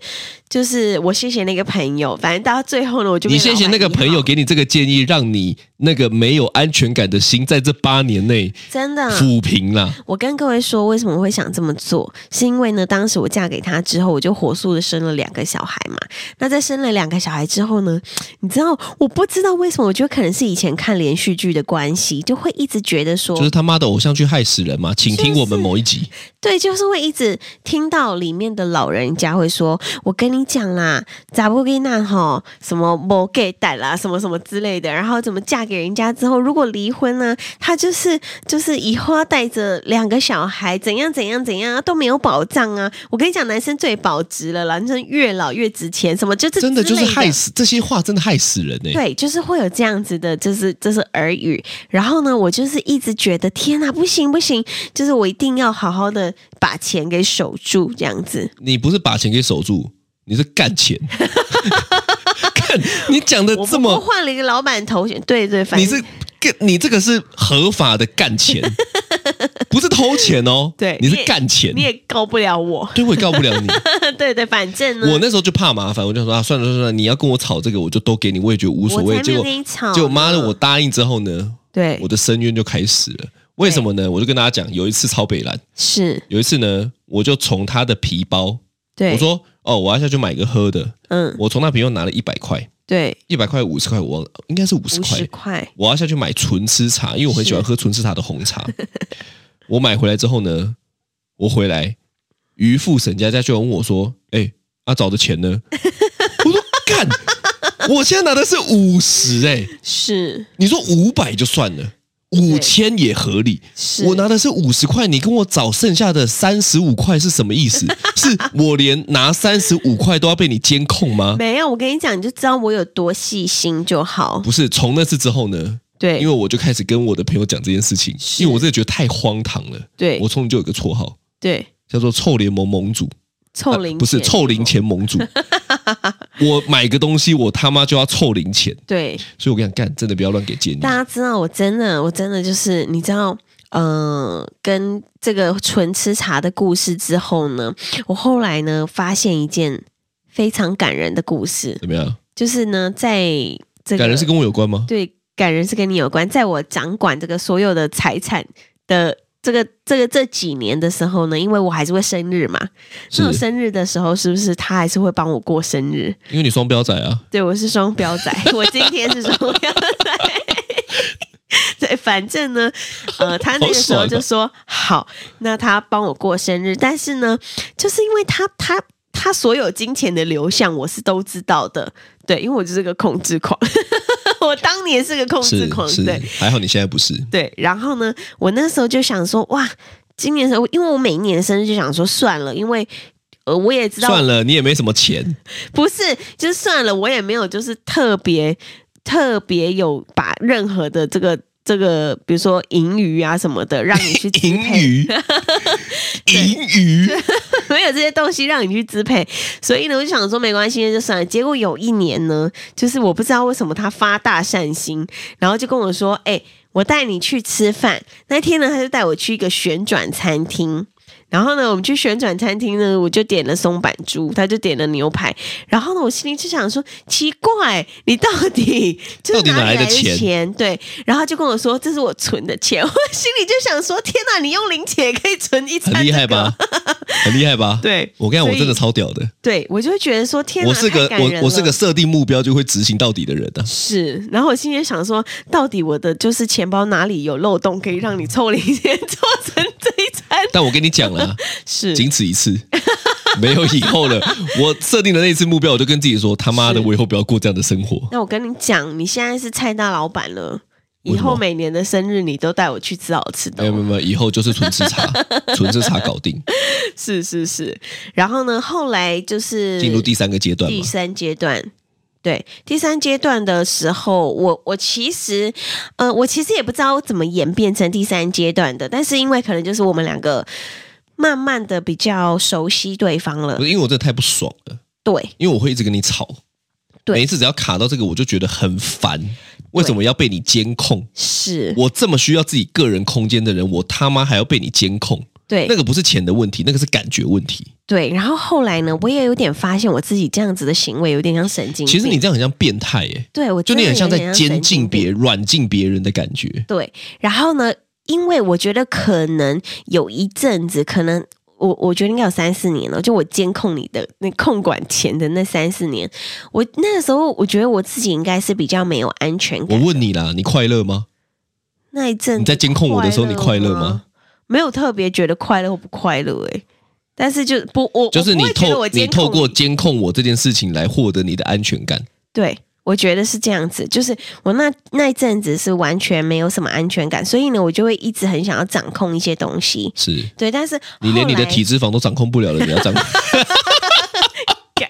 Speaker 2: 就是我谢谢那个朋友，反正到最后呢，我就
Speaker 3: 你
Speaker 2: 变
Speaker 3: 谢谢
Speaker 2: 老板
Speaker 3: 那个
Speaker 2: 一号
Speaker 3: 朋友给你这个建议，让你那个没有安全感的心在这八年内
Speaker 2: 真的
Speaker 3: 抚平了。
Speaker 2: 我跟各位说，为什么会想这么做，是因为呢，当时我嫁给他之后，我就火速的生了两个小孩嘛。那在生了两个小孩之后呢，你知道，我不知道为什么，我觉得可能是以前看连续剧的关系，就会一直觉得说，
Speaker 3: 就是他妈的偶像剧害死人嘛，请听我们某一集。
Speaker 2: 对，就是会一直听到里面的老人家会说：“我跟你你讲啦，咋不给那吼什么不给带啦，什么什么之类的，然后怎么嫁给人家之后，如果离婚呢，他就是就是以后要带着两个小孩，怎样怎样怎样都没有保障啊！我跟你讲，男生最保值了啦，男生越老越值钱，什么就这
Speaker 3: 真的
Speaker 2: 之
Speaker 3: 就
Speaker 2: 类
Speaker 3: 是
Speaker 2: 的
Speaker 3: 害死这些话，真的害死人欸呢、
Speaker 2: 对，就是会有这样子的，就是就是耳语。然后呢，我就是一直觉得天啊哪，不行不行，就是我一定要好好的把钱给守住，这样子。
Speaker 3: 你不是把钱给守住，你是干 钱。看你讲的
Speaker 2: 我
Speaker 3: 这
Speaker 2: 我
Speaker 3: 么，
Speaker 2: 换了一个老板头衔，对对，反
Speaker 3: 你
Speaker 2: 正
Speaker 3: 是干你这个是合法的干钱，不是偷钱哦。
Speaker 2: 对
Speaker 3: 你
Speaker 2: 你
Speaker 3: 是
Speaker 2: 也
Speaker 3: 干钱
Speaker 2: 你，也告不了我，
Speaker 3: 对，我也告不了你。
Speaker 2: 对对，反正呢，
Speaker 3: 我那时候就怕麻烦，我就说啊，算了算了算了，你要跟我吵这个，我就都给你，我也觉得无所
Speaker 2: 我
Speaker 3: 谓。
Speaker 2: 才没
Speaker 3: 结
Speaker 2: 有
Speaker 3: 果
Speaker 2: 跟你吵，
Speaker 3: 结果妈的，我，答应之后呢，
Speaker 2: 对
Speaker 3: 我，的深渊就开始了。为什么呢？我就跟大家讲，有一次超北兰，
Speaker 2: 是，
Speaker 3: 有一次呢，我就从他的皮包，
Speaker 2: 对，
Speaker 3: 我，说哦，我要下去买个喝的，
Speaker 2: 嗯，
Speaker 3: 我从他皮包拿了一百块，
Speaker 2: 对，
Speaker 3: 一百块五十块，我忘了，应该是五十
Speaker 2: 五
Speaker 3: 块
Speaker 2: 十。块，
Speaker 3: 我要下去买纯吃茶，因为我很喜欢
Speaker 2: 是
Speaker 3: 喝纯吃茶的红茶。 我买回来之后呢，我回来，渔父沈佳佳就问我说：“哎、阿找的钱呢？” 我说：“干，我现在拿的是五十哎，
Speaker 2: 是
Speaker 3: 你说五百就算了，五千也合理。”
Speaker 2: 是，
Speaker 3: 我拿的是五十块，你跟我找剩下的三十五块是什么 意思？是我连拿三十五块都要被你监控吗？
Speaker 2: 没有，我跟你讲，你就知道我有多细心就好，
Speaker 3: 不是，从那次之后呢，
Speaker 2: 对，
Speaker 3: 因为我就开始跟我的朋友讲这件事情，
Speaker 2: 是
Speaker 3: 因为我真的觉得太荒唐了。
Speaker 2: 对
Speaker 3: 我从此就有个绰号
Speaker 2: 对，
Speaker 3: 叫做“臭联盟盟主”，
Speaker 2: 臭
Speaker 3: 呃
Speaker 2: 零、
Speaker 3: 不是“臭零，钱盟 主”。我买个东西，我他妈就要臭零钱，
Speaker 2: 对，
Speaker 3: 所以我跟你讲，干真的不要乱给建议
Speaker 2: 大。家知道，我真的，我真的就是，你知道，嗯、跟这个纯吃茶的故事之后呢，我后来呢发现一件非常感人的故事，
Speaker 3: 怎么样？
Speaker 2: 就是呢，在这个
Speaker 3: 感人是跟我有关吗？
Speaker 2: 对感人是跟你有关，在我掌管这个所有的财产的。这个这个这几年的时候呢，因为我还是会生日嘛，
Speaker 3: 是
Speaker 2: 那我生日的时候，是不是他还是会帮我过生日？
Speaker 3: 因为你双标仔啊，
Speaker 2: 对，我是双标仔，我今天是双标仔。对，反正呢，呃，他那个时
Speaker 3: 啊
Speaker 2: 候就说好，那他帮我过生日，但是呢，就是因为他他他所有金钱的流向我是都知道的，对，因为我就是个控制狂， 我当年是个控制
Speaker 3: 是
Speaker 2: 狂，
Speaker 3: 是
Speaker 2: 对，
Speaker 3: 还好你现在不是。
Speaker 2: 对，然后呢，我那时候就想说，哇，今年的时候，因为我每一年的生日就想说算了，因为呃，我也知道
Speaker 3: 算了，你也没什么钱，
Speaker 2: 不是，就算了，我也没有就是特别特别有把任何的这个这个，比如说盈余啊什么的，让你 去支
Speaker 3: 盈
Speaker 2: 配，
Speaker 3: 余，盈余，
Speaker 2: 没有这些东西让你去支配，所以呢，我就想说没关系，那就算了。结果有一年呢，就是我不知道为什么他发大善心，然后就跟我说：“哎、我带你去吃饭。”那天呢，他就带我去一个旋转餐厅。然后呢，我们去旋转餐厅呢，我就点了松板猪，他就点了牛排。然后呢，我心里就想说，奇怪，你到 底就是
Speaker 3: 到底
Speaker 2: 哪
Speaker 3: 哪来
Speaker 2: 里
Speaker 3: 的
Speaker 2: 来的
Speaker 3: 钱
Speaker 2: 钱？对，然后他就跟我说这是我存的钱，我心里就想说，天哪，你用零钱也可以存一餐、
Speaker 3: 很厉害吧？？很厉害吧？
Speaker 2: 对
Speaker 3: 我跟你讲，
Speaker 2: 所
Speaker 3: 我
Speaker 2: 以
Speaker 3: 真的超屌的，
Speaker 2: 对，我就会觉得说，天哪，
Speaker 3: 我是个
Speaker 2: 太感人
Speaker 3: 我我
Speaker 2: 了
Speaker 3: 是个设定目标就会执行到底的 人啊。
Speaker 2: 是，然后我心里想说，到底我的就是钱包哪里有漏洞，可以让你凑零钱 做成这一餐？
Speaker 3: 但我跟你讲了，
Speaker 2: 是，
Speaker 3: 仅此一次。 没有以后了。我设定的那一次目标，我就跟自己说：“他妈的，
Speaker 2: 是
Speaker 3: 我以后不要过这样的生活。
Speaker 2: 那我跟你讲，你现在是蔡大老板了，
Speaker 3: 为
Speaker 2: 以
Speaker 3: 什么
Speaker 2: 后每年的生日你都带我去吃好吃”的
Speaker 3: 没有没
Speaker 2: 哦、
Speaker 3: 有没有，以后就是纯吃茶，纯吃茶搞 定，
Speaker 2: 是是是。然后呢，后来就是
Speaker 3: 进入第三个阶段
Speaker 2: 第
Speaker 3: 嘛。
Speaker 2: 三阶段。对第三阶段的时候，我我其实，呃，我其实也不知道怎么演变成第三阶段的，但是因为可能就是我们两个慢慢的比较熟悉对方了
Speaker 3: 不，是因为我真的太不爽了，
Speaker 2: 对
Speaker 3: 因为我会一直跟你吵。
Speaker 2: 对
Speaker 3: 每一次只要卡到这个，我就觉得很烦。为什么要被你监控？
Speaker 2: 是，
Speaker 3: 我这么需要自己个人空间的人，我他妈还要被你监控？
Speaker 2: 对
Speaker 3: 那个不是钱的问题，那个是感觉问题。
Speaker 2: 对。然后后来呢，我也有点发现我自己这样子的行为有点像神经病。
Speaker 3: 其实你这样很像变态耶、
Speaker 2: 对我
Speaker 3: 就你
Speaker 2: 真的
Speaker 3: 很像
Speaker 2: 有
Speaker 3: 在
Speaker 2: 点
Speaker 3: 监
Speaker 2: 神经
Speaker 3: 禁
Speaker 2: 病
Speaker 3: 别人、软禁别人的感觉。
Speaker 2: 对，然后呢，因为我觉得可能有一阵子，可能我我觉得应该有三四年了，就我监控你的那控管前的那三四年，我那时候我觉得我自己应该是比较没有安全
Speaker 3: 我
Speaker 2: 感。
Speaker 3: 问你啦，你快乐吗？
Speaker 2: 那一阵子嗯
Speaker 3: 你在监控我的时候你快乐吗
Speaker 2: 快乐吗？没有特别觉得快乐或不快乐、欸，但是就不我
Speaker 3: 就是你
Speaker 2: 我不会觉得
Speaker 3: 透
Speaker 2: 我
Speaker 3: 你
Speaker 2: 监
Speaker 3: 透
Speaker 2: 控
Speaker 3: 过监控我这件事情来获得你的安全感。
Speaker 2: 对。我觉得是这样子，就是我那那一阵子是完全没有什么安全感，所以呢，我就会一直很想要掌控一些东西。
Speaker 3: 是
Speaker 2: 对，但是
Speaker 3: 你连
Speaker 2: 后
Speaker 3: 你的
Speaker 2: 来
Speaker 3: 体脂肪都掌控不了了，你要掌 控
Speaker 2: 干。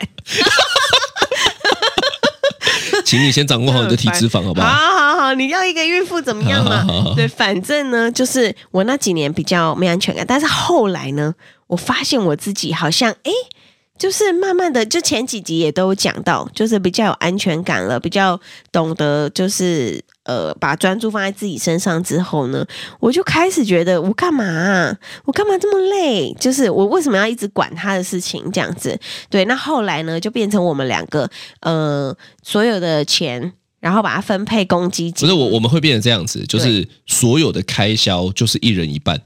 Speaker 3: 请你先掌控好你的体脂肪，好不好？
Speaker 2: 好好好，你要一个孕妇怎么样嘛？
Speaker 3: 好好好
Speaker 2: 对，反正呢，就是我那几年比较没安全感，但是后来呢，我发现我自己好像诶，就是慢慢的，就前几集也都有讲到，就是比较有安全感了，比较懂得就是呃，把专注放在自己身上之后呢，我就开始觉得我干嘛啊、我干嘛这么累？就是我为什么要一直管他的事情这样子？对，那后来呢，就变成我们两个呃，所有的钱，然后把它分配公积
Speaker 3: 不
Speaker 2: 金。
Speaker 3: 是我，我们会变成这样子，就是所有的开销就是一人一半，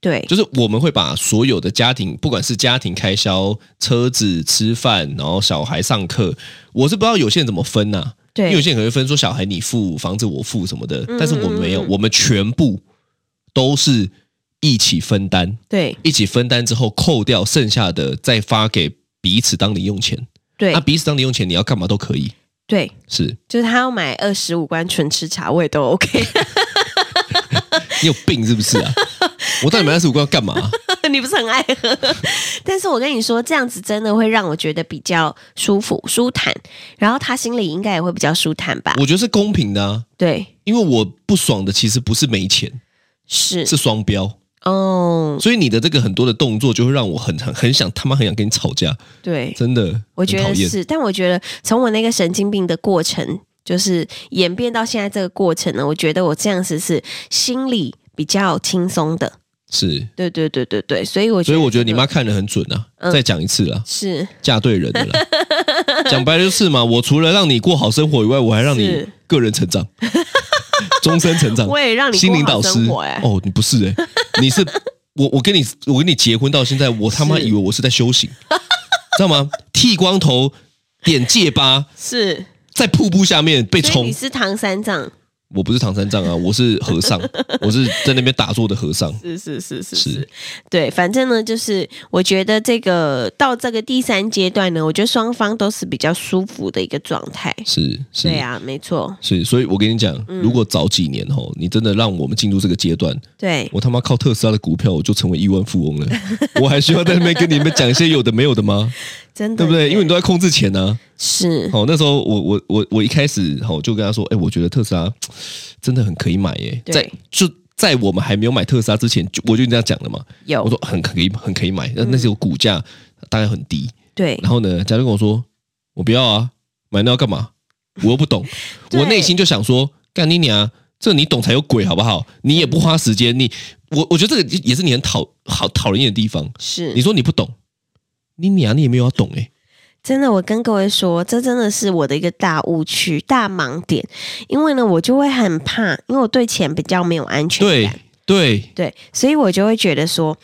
Speaker 2: 对
Speaker 3: 就是我们会把所有的家庭，不管是家庭开销、车子、吃饭，然后小孩上课，我是不知道有些人怎么分呐、因为有
Speaker 2: 对
Speaker 3: 些人可能会分说小孩你付，房子我付什么的，
Speaker 2: 嗯
Speaker 3: 但是我们没有，
Speaker 2: 嗯嗯
Speaker 3: 我们全部都是一起分担，
Speaker 2: 对
Speaker 3: 一起分担之后扣掉剩下的再发给彼此当零用钱。
Speaker 2: 对
Speaker 3: 那、彼此当零用钱，你要干嘛都可以，
Speaker 2: 对，
Speaker 3: 是
Speaker 2: 就是他要买二十五罐纯吃茶，我也都 OK。
Speaker 3: 你有病是不是啊？我到底买二十五罐要干嘛、
Speaker 2: 你不是很爱喝， 但是我跟你说，这样子真的会让我觉得比较舒服、舒坦，然后他心里应该也会比较舒坦吧？
Speaker 3: 我觉得是公平的啊，
Speaker 2: 对，
Speaker 3: 因为我不爽的其实不是没钱，
Speaker 2: 是
Speaker 3: 是双标，
Speaker 2: 哦，
Speaker 3: 所以你的这个很多的动作就会让我很很很想他妈很想跟你吵架，
Speaker 2: 对，
Speaker 3: 真的，
Speaker 2: 我觉
Speaker 3: 很讨
Speaker 2: 得
Speaker 3: 厌。
Speaker 2: 是，但我觉得从我那个神经病的过程，就是演变到现在这个过程呢，我觉得我这样子是心里比较轻松的。
Speaker 3: 是，
Speaker 2: 对对对对对，所以我
Speaker 3: 所
Speaker 2: 觉得这个、
Speaker 3: 以我觉得你妈看得很准啊。
Speaker 2: 嗯
Speaker 3: 再讲一次啦，
Speaker 2: 是
Speaker 3: 嫁对人了 啦。讲白了就是嘛，我除了让你过好生活以外，我还让你
Speaker 2: 是
Speaker 3: 个人 成长，终身成长。
Speaker 2: 我也让你
Speaker 3: 嗯心灵
Speaker 2: 过
Speaker 3: 导
Speaker 2: 好
Speaker 3: 师
Speaker 2: 生活哎、
Speaker 3: 哦，你不是哎、你是我我跟你我跟你结婚到现在，我他妈
Speaker 2: 是
Speaker 3: 以为我是在修 行，知道吗？剃光头，点戒疤，
Speaker 2: 是，
Speaker 3: 在瀑布下面被
Speaker 2: 所以
Speaker 3: 冲
Speaker 2: 你。是唐三藏，
Speaker 3: 我不是唐三藏啊，我是和 尚，我是在那边打坐的和尚。
Speaker 2: 是是是是
Speaker 3: 是
Speaker 2: 是，对，反正呢，就是我觉得这个到这个第三阶段呢，我觉得双方都是比较舒服的一个状态。
Speaker 3: 是是，
Speaker 2: 对啊，嗯没错，
Speaker 3: 是，所以我跟你讲，如果早几年吼，你真的让我们进入这个阶段，
Speaker 2: 对，
Speaker 3: 我他妈靠特斯拉的股票我就成为亿万富 翁了，我还需要在那边跟你们讲一些有的没有的吗？
Speaker 2: 真的
Speaker 3: 对不对？
Speaker 2: 耶
Speaker 3: 因为你都在控制钱呢、
Speaker 2: 是
Speaker 3: 好，那时候我我我我一开始好就跟他说，哎、我觉得特斯拉真的很可以买耶，
Speaker 2: 对
Speaker 3: 在就在我们还没有买特斯拉之前，就我就这样讲了嘛，
Speaker 2: 有
Speaker 3: 我说很可以很可以买，那
Speaker 2: 嗯
Speaker 3: 那时候股价大概很低，
Speaker 2: 对
Speaker 3: 然后呢，家就跟我说，我不要啊，买那要干嘛？我又不懂，
Speaker 2: 对
Speaker 3: 我内心就想说，干你娘，这你懂才有鬼好不好？你也不花时间，你我我觉得这个也是你很讨好讨人厌的地方，
Speaker 2: 是
Speaker 3: 你说你不懂，你娘你也没有要懂哎、
Speaker 2: 真的，我跟各位说，这真的是我的一个大误区、大盲点。因为呢，我就会很怕，因为我对钱比较没有安全
Speaker 3: 对
Speaker 2: 感，
Speaker 3: 对。
Speaker 2: 对，所以我就会觉得说，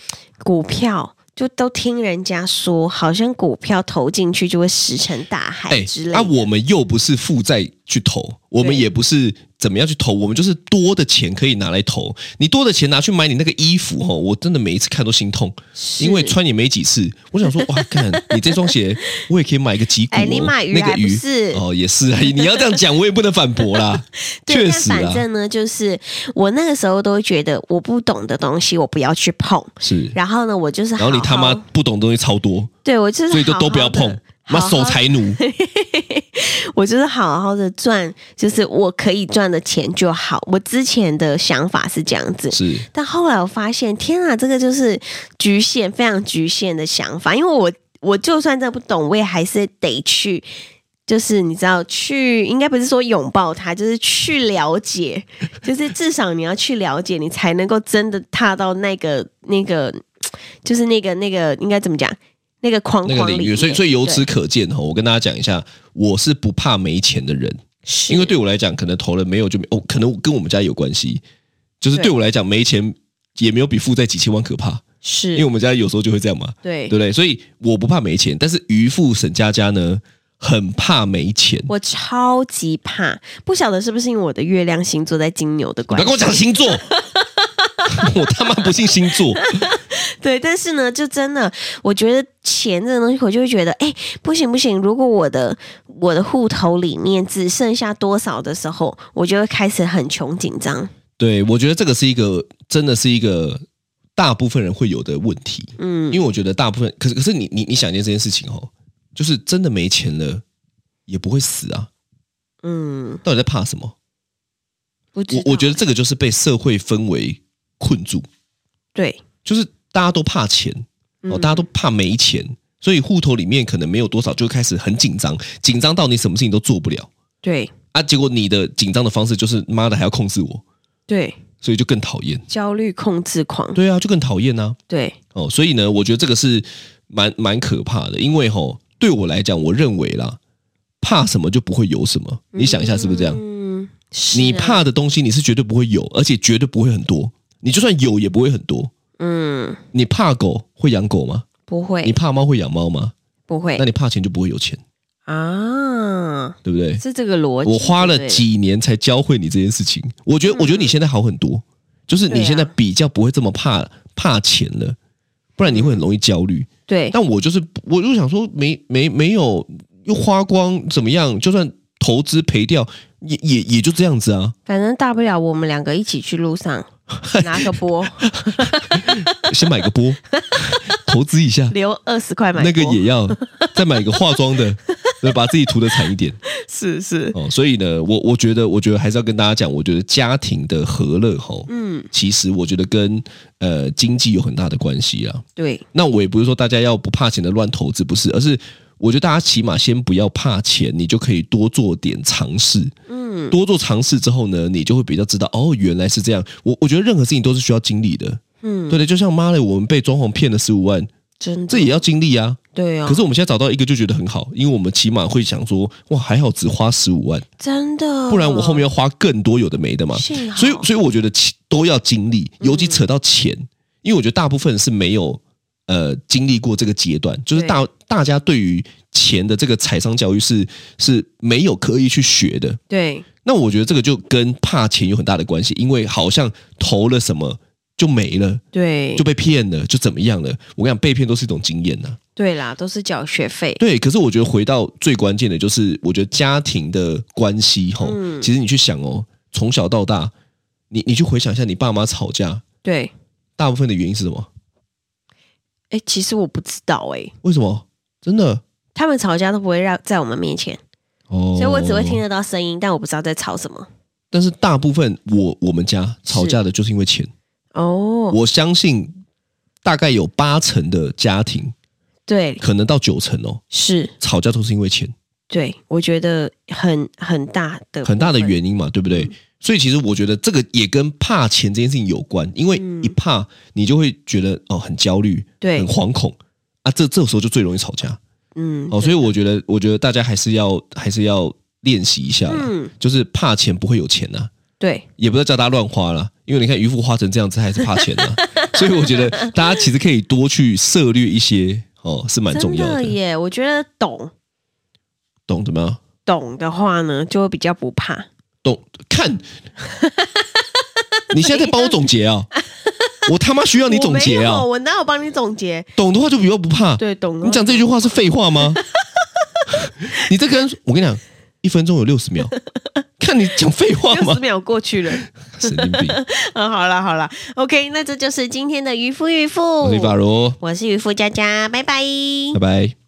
Speaker 2: 股票就都听人家说，好像股票投进去就会石沉大海
Speaker 3: 哎
Speaker 2: 之，类的。
Speaker 3: 那、我们又不是负债去投，我们
Speaker 2: 对
Speaker 3: 也不是怎么样去投，我们就是多的钱可以拿来投。你多的钱拿去买你那个衣服哦，我真的每一次看都心痛，
Speaker 2: 是
Speaker 3: 因为穿也没几次。我想说， 哇，看你这双鞋，我也可以买个几股、哦，
Speaker 2: 哎你买鱼
Speaker 3: 那个
Speaker 2: 还不
Speaker 3: 鱼
Speaker 2: 是
Speaker 3: 哦，也是啊。你要这样讲，我也不能反驳啦。
Speaker 2: 对，
Speaker 3: 确
Speaker 2: 但
Speaker 3: 实
Speaker 2: 反
Speaker 3: 啊，
Speaker 2: 正呢，就是我那个时候都会觉得，我不懂的东西我不要去碰。
Speaker 3: 是。
Speaker 2: 然后呢，我就是
Speaker 3: 然后你他
Speaker 2: 好
Speaker 3: 妈
Speaker 2: 好
Speaker 3: 不懂东西超多，
Speaker 2: 对我就是
Speaker 3: 所以就
Speaker 2: 好
Speaker 3: 都不要
Speaker 2: 好地
Speaker 3: 碰，
Speaker 2: 好
Speaker 3: 妈
Speaker 2: 好
Speaker 3: 守
Speaker 2: 地
Speaker 3: 财 奴。
Speaker 2: 我就是好好的赚，就是我可以赚的钱就好。我之前的想法是这样子，
Speaker 3: 是
Speaker 2: 但后来我发现，天啊，这个就是局限，非常局限的想法。因为我我就算这不懂，我也还是得去，就是你知道，去应该不是说拥抱它，就是去了解，就是至少你要去了解，你才能够真的踏到那个那个，就是那个那个应该怎么讲，那个框
Speaker 3: 那个
Speaker 2: 框里
Speaker 3: 领域，
Speaker 2: 面
Speaker 3: 所以所以由此
Speaker 2: 对
Speaker 3: 可见哈，我跟大家讲一下，我是不怕没钱的人，
Speaker 2: 是
Speaker 3: 因为对我来讲，可能投了没有就没哦，可能跟我们家有关系，就是对
Speaker 2: 对
Speaker 3: 我来讲没钱也没有比负债几千万可怕，因为
Speaker 2: 是
Speaker 3: 我们家有时候就会这样嘛，
Speaker 2: 对
Speaker 3: 对不对？所以我不怕没钱，但是渔夫沈佳佳呢，很怕没钱。
Speaker 2: 我超级怕，不晓得是不是因为我的月亮星座在金牛的
Speaker 3: 你不
Speaker 2: 关
Speaker 3: 要跟我
Speaker 2: 系，
Speaker 3: 讲星座，我他妈不信星座，
Speaker 2: 对，但是呢，就真的，我觉得钱这个东西，我就会觉得，哎，不行不行，如果我的我的户头里面只剩下多少的时候，我就会开始很穷紧张。
Speaker 3: 对，我觉得这个是一个，真的是一个大部分人会有的问题，
Speaker 2: 嗯，
Speaker 3: 因为我觉得大部分，可是可是你你你想一件这件事情哦，就是真的没钱了也不会死啊，
Speaker 2: 嗯，
Speaker 3: 到底在怕什么？
Speaker 2: 我知道
Speaker 3: 我我觉得这个就是被社会氛围困住，
Speaker 2: 对，
Speaker 3: 就是大家都怕钱哦，
Speaker 2: 嗯
Speaker 3: 大家都怕没钱，所以户头里面可能没有多少，就开始很紧张，紧张到你什么事情都做不了
Speaker 2: 对
Speaker 3: 啊。结果你的紧张的方式就是妈的还要控制我，
Speaker 2: 对，
Speaker 3: 所以就更讨厌。
Speaker 2: 焦虑控制狂，
Speaker 3: 对啊，就更讨厌呐、
Speaker 2: 对，
Speaker 3: 哦，所以呢，我觉得这个是蛮蛮可怕的，因为吼、对我来讲，我认为啦，怕什么就不会有什么。你想一下是不是这样？
Speaker 2: 嗯，是啊
Speaker 3: 你怕，的东西你是绝对不会有，而且绝对不会很多。你就算有也不会很多。
Speaker 2: 嗯，
Speaker 3: 你怕狗会养狗吗？
Speaker 2: 不
Speaker 3: 你
Speaker 2: 会，
Speaker 3: 怕猫会养猫吗？
Speaker 2: 不会
Speaker 3: 那你怕钱就不会有钱，
Speaker 2: 啊，
Speaker 3: 对不对？
Speaker 2: 是这个逻辑。
Speaker 3: 我花了
Speaker 2: 对不对，
Speaker 3: 几年才教会你这件事情，我
Speaker 2: 嗯
Speaker 3: 觉得，我觉得你现在好很多，就是
Speaker 2: 对
Speaker 3: 你
Speaker 2: 啊
Speaker 3: 现在比较不会这么怕怕钱了，不然你会很容易焦虑。
Speaker 2: 对，
Speaker 3: 但我就是，我就想说，没没没有又花光怎么样？就算投资赔掉，也也也就这样子啊。
Speaker 2: 反正大不了我们两个一起去路 上拿个波，
Speaker 3: 先买个波， 投资一下，
Speaker 2: 留二十块买
Speaker 3: 那个
Speaker 2: 波
Speaker 3: 也要，再买个化妆 的，对，把自己涂的惨一点。
Speaker 2: 是是，
Speaker 3: 哦，所以呢，我我觉得，我觉得还是要跟大家讲，我觉得家庭的和乐吼，
Speaker 2: 嗯，
Speaker 3: 其实我觉得跟呃经济有很大的关系啊。
Speaker 2: 对，
Speaker 3: 那我也不是说大家要不怕钱的乱投资，不是，而是我觉得大家起码先不要怕钱，你就可以多做点尝试，
Speaker 2: 嗯，
Speaker 3: 多做尝试之后呢，你就会比较知道哦，原来是这样。我我觉得任何事情都是需要经历的，
Speaker 2: 嗯
Speaker 3: 对的，就像妈的，我们被装潢骗了十五万，
Speaker 2: 真的
Speaker 3: 这也要经历啊。
Speaker 2: 对啊，
Speaker 3: 可是我们现在找到一个就觉得很好，因为我们起码会想说，哇，还好只花十五万。
Speaker 2: 真的，
Speaker 3: 不然我后面要花更多有的没的嘛。
Speaker 2: 幸好，
Speaker 3: 所以，所以我觉得其都要经历，尤其扯到钱，因为我觉得大部分人是没有呃经历过这个阶段，就是
Speaker 2: 对
Speaker 3: 大大家对于钱的这个财商教育是是没有刻意去学的。
Speaker 2: 对
Speaker 3: 那我觉得这个就跟怕钱有很大的关系，因为好像投了什么就没了，
Speaker 2: 对
Speaker 3: 就被骗了，就怎么样了。我跟你讲，被骗都是一种经验呐、啊
Speaker 2: 对啦，都是缴学费，
Speaker 3: 对，可是我觉得回到最关键的，就是我觉得家庭的关系吼，
Speaker 2: 嗯
Speaker 3: 其实你去想哦，从小到大，你你去回想一下，你爸妈吵架，
Speaker 2: 对，
Speaker 3: 大部分的原因是什么？
Speaker 2: 哎，其实我不知道哎，
Speaker 3: 为什么？真的
Speaker 2: 他们吵架都不会让在我们面前，
Speaker 3: 哦，
Speaker 2: 所以我只会听。得到声音，但我不知道在吵什么。
Speaker 3: 但是大部分我我们家吵架的就是因为钱，
Speaker 2: 哦，
Speaker 3: 我相信大概有八成的家庭，
Speaker 2: 对，
Speaker 3: 可能到九成哦，
Speaker 2: 是，
Speaker 3: 吵架都是因为钱，
Speaker 2: 对，我觉的很很大的
Speaker 3: 很大的
Speaker 2: 部分嗯
Speaker 3: 原因嘛，对不对？所以其实我觉得这个也跟怕钱这件事情有关，因为
Speaker 2: 嗯
Speaker 3: 一怕你就会觉得哦很焦虑，很
Speaker 2: 对，
Speaker 3: 惶恐啊，这这时候就最容易吵架
Speaker 2: 嗯，
Speaker 3: 哦。所以我觉得，我觉得大家还是要还是要练习一下啦，
Speaker 2: 嗯，
Speaker 3: 就是怕钱不会有钱呐、啊，
Speaker 2: 对，
Speaker 3: 也不要叫大家乱花啦，因为你看渔夫花成这样子，他还是怕钱 呐、所以我觉得大家其实可以多去涉略一些哦，是蛮重要
Speaker 2: 真
Speaker 3: 的。
Speaker 2: 的耶。我觉得懂
Speaker 3: 懂怎么样？
Speaker 2: 懂的话呢，就会比较不怕。
Speaker 3: 懂看？你现在在帮我总结 啊？我他妈需要你总结啊
Speaker 2: 我没有！我哪有帮你总结？
Speaker 3: 懂的话就比较不怕。
Speaker 2: 对，懂了。
Speaker 3: 你讲这句话是废话吗？ 你这跟我跟你讲，一分钟有六十秒，看你讲废话
Speaker 2: 六
Speaker 3: 吗
Speaker 2: 十？秒过去了。
Speaker 3: 神经病！
Speaker 2: 嗯，好了好了，OK，那这就是今天的渔夫渔妇
Speaker 3: 我是法，如，
Speaker 2: 我是渔夫佳佳，拜拜。
Speaker 3: 拜拜。